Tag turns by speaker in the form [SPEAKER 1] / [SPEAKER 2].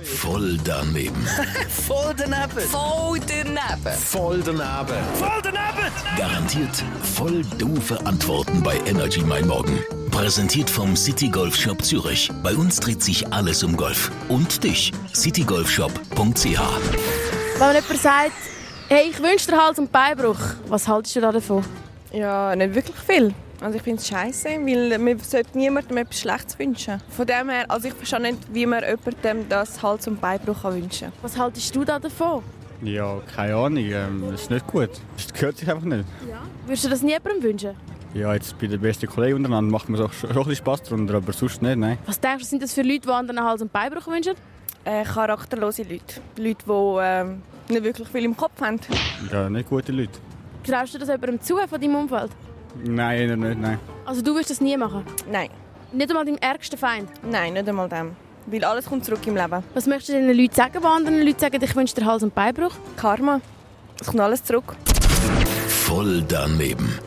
[SPEAKER 1] Voll daneben.
[SPEAKER 2] Voll daneben.
[SPEAKER 3] Voll daneben.
[SPEAKER 2] Voll daneben.
[SPEAKER 1] Garantiert voll doofe Antworten bei Energy Mein Morgen. Präsentiert vom City Golf Shop Zürich. Bei uns dreht sich alles um Golf. Und dich, citygolfshop.ch.
[SPEAKER 4] Wenn jemand sagt, hey, ich wünsche dir Hals- und Beinbruch, was haltest du da davon?
[SPEAKER 5] Ja, nicht wirklich viel. Also ich finde es scheiße, weil man sollte niemandem etwas Schlechtes wünschen. Von dem her, also ich verstehe nicht, wie man jemandem das Hals- und Beinbruch kann wünschen
[SPEAKER 4] Was haltest du da davon?
[SPEAKER 6] Ja, keine Ahnung, ähm, ist nicht gut. Das gehört sich einfach nicht.
[SPEAKER 4] Würdest du das niemandem wünschen?
[SPEAKER 6] Ja, jetzt bei den besten Kollegen untereinander macht mir auch schon schon ein bisschen Spass darunter, aber sonst nicht, nein.
[SPEAKER 4] Was denkst du, sind das für Leute, die anderen Hals- und Beinbruch wünschen?
[SPEAKER 5] kann. Äh, charakterlose Leute. Leute, die ähm, nicht wirklich viel im Kopf haben.
[SPEAKER 6] Ja, nicht gute Leute.
[SPEAKER 4] Traust du das jemandem zu von deinem Umfeld?
[SPEAKER 6] Nein, eher nicht, nein.
[SPEAKER 4] Also du würdest das nie machen?
[SPEAKER 5] Nein,
[SPEAKER 4] Nicht einmal deinem ärgsten Feind?
[SPEAKER 5] nein, nicht einmal dem. Weil alles kommt zurück im Leben.
[SPEAKER 4] Was möchtest du den Leuten sagen, die anderen Leute sagen, ich wünsche dir Hals- und Beinbruch?
[SPEAKER 5] Karma. Es kommt alles zurück.
[SPEAKER 1] Voll daneben.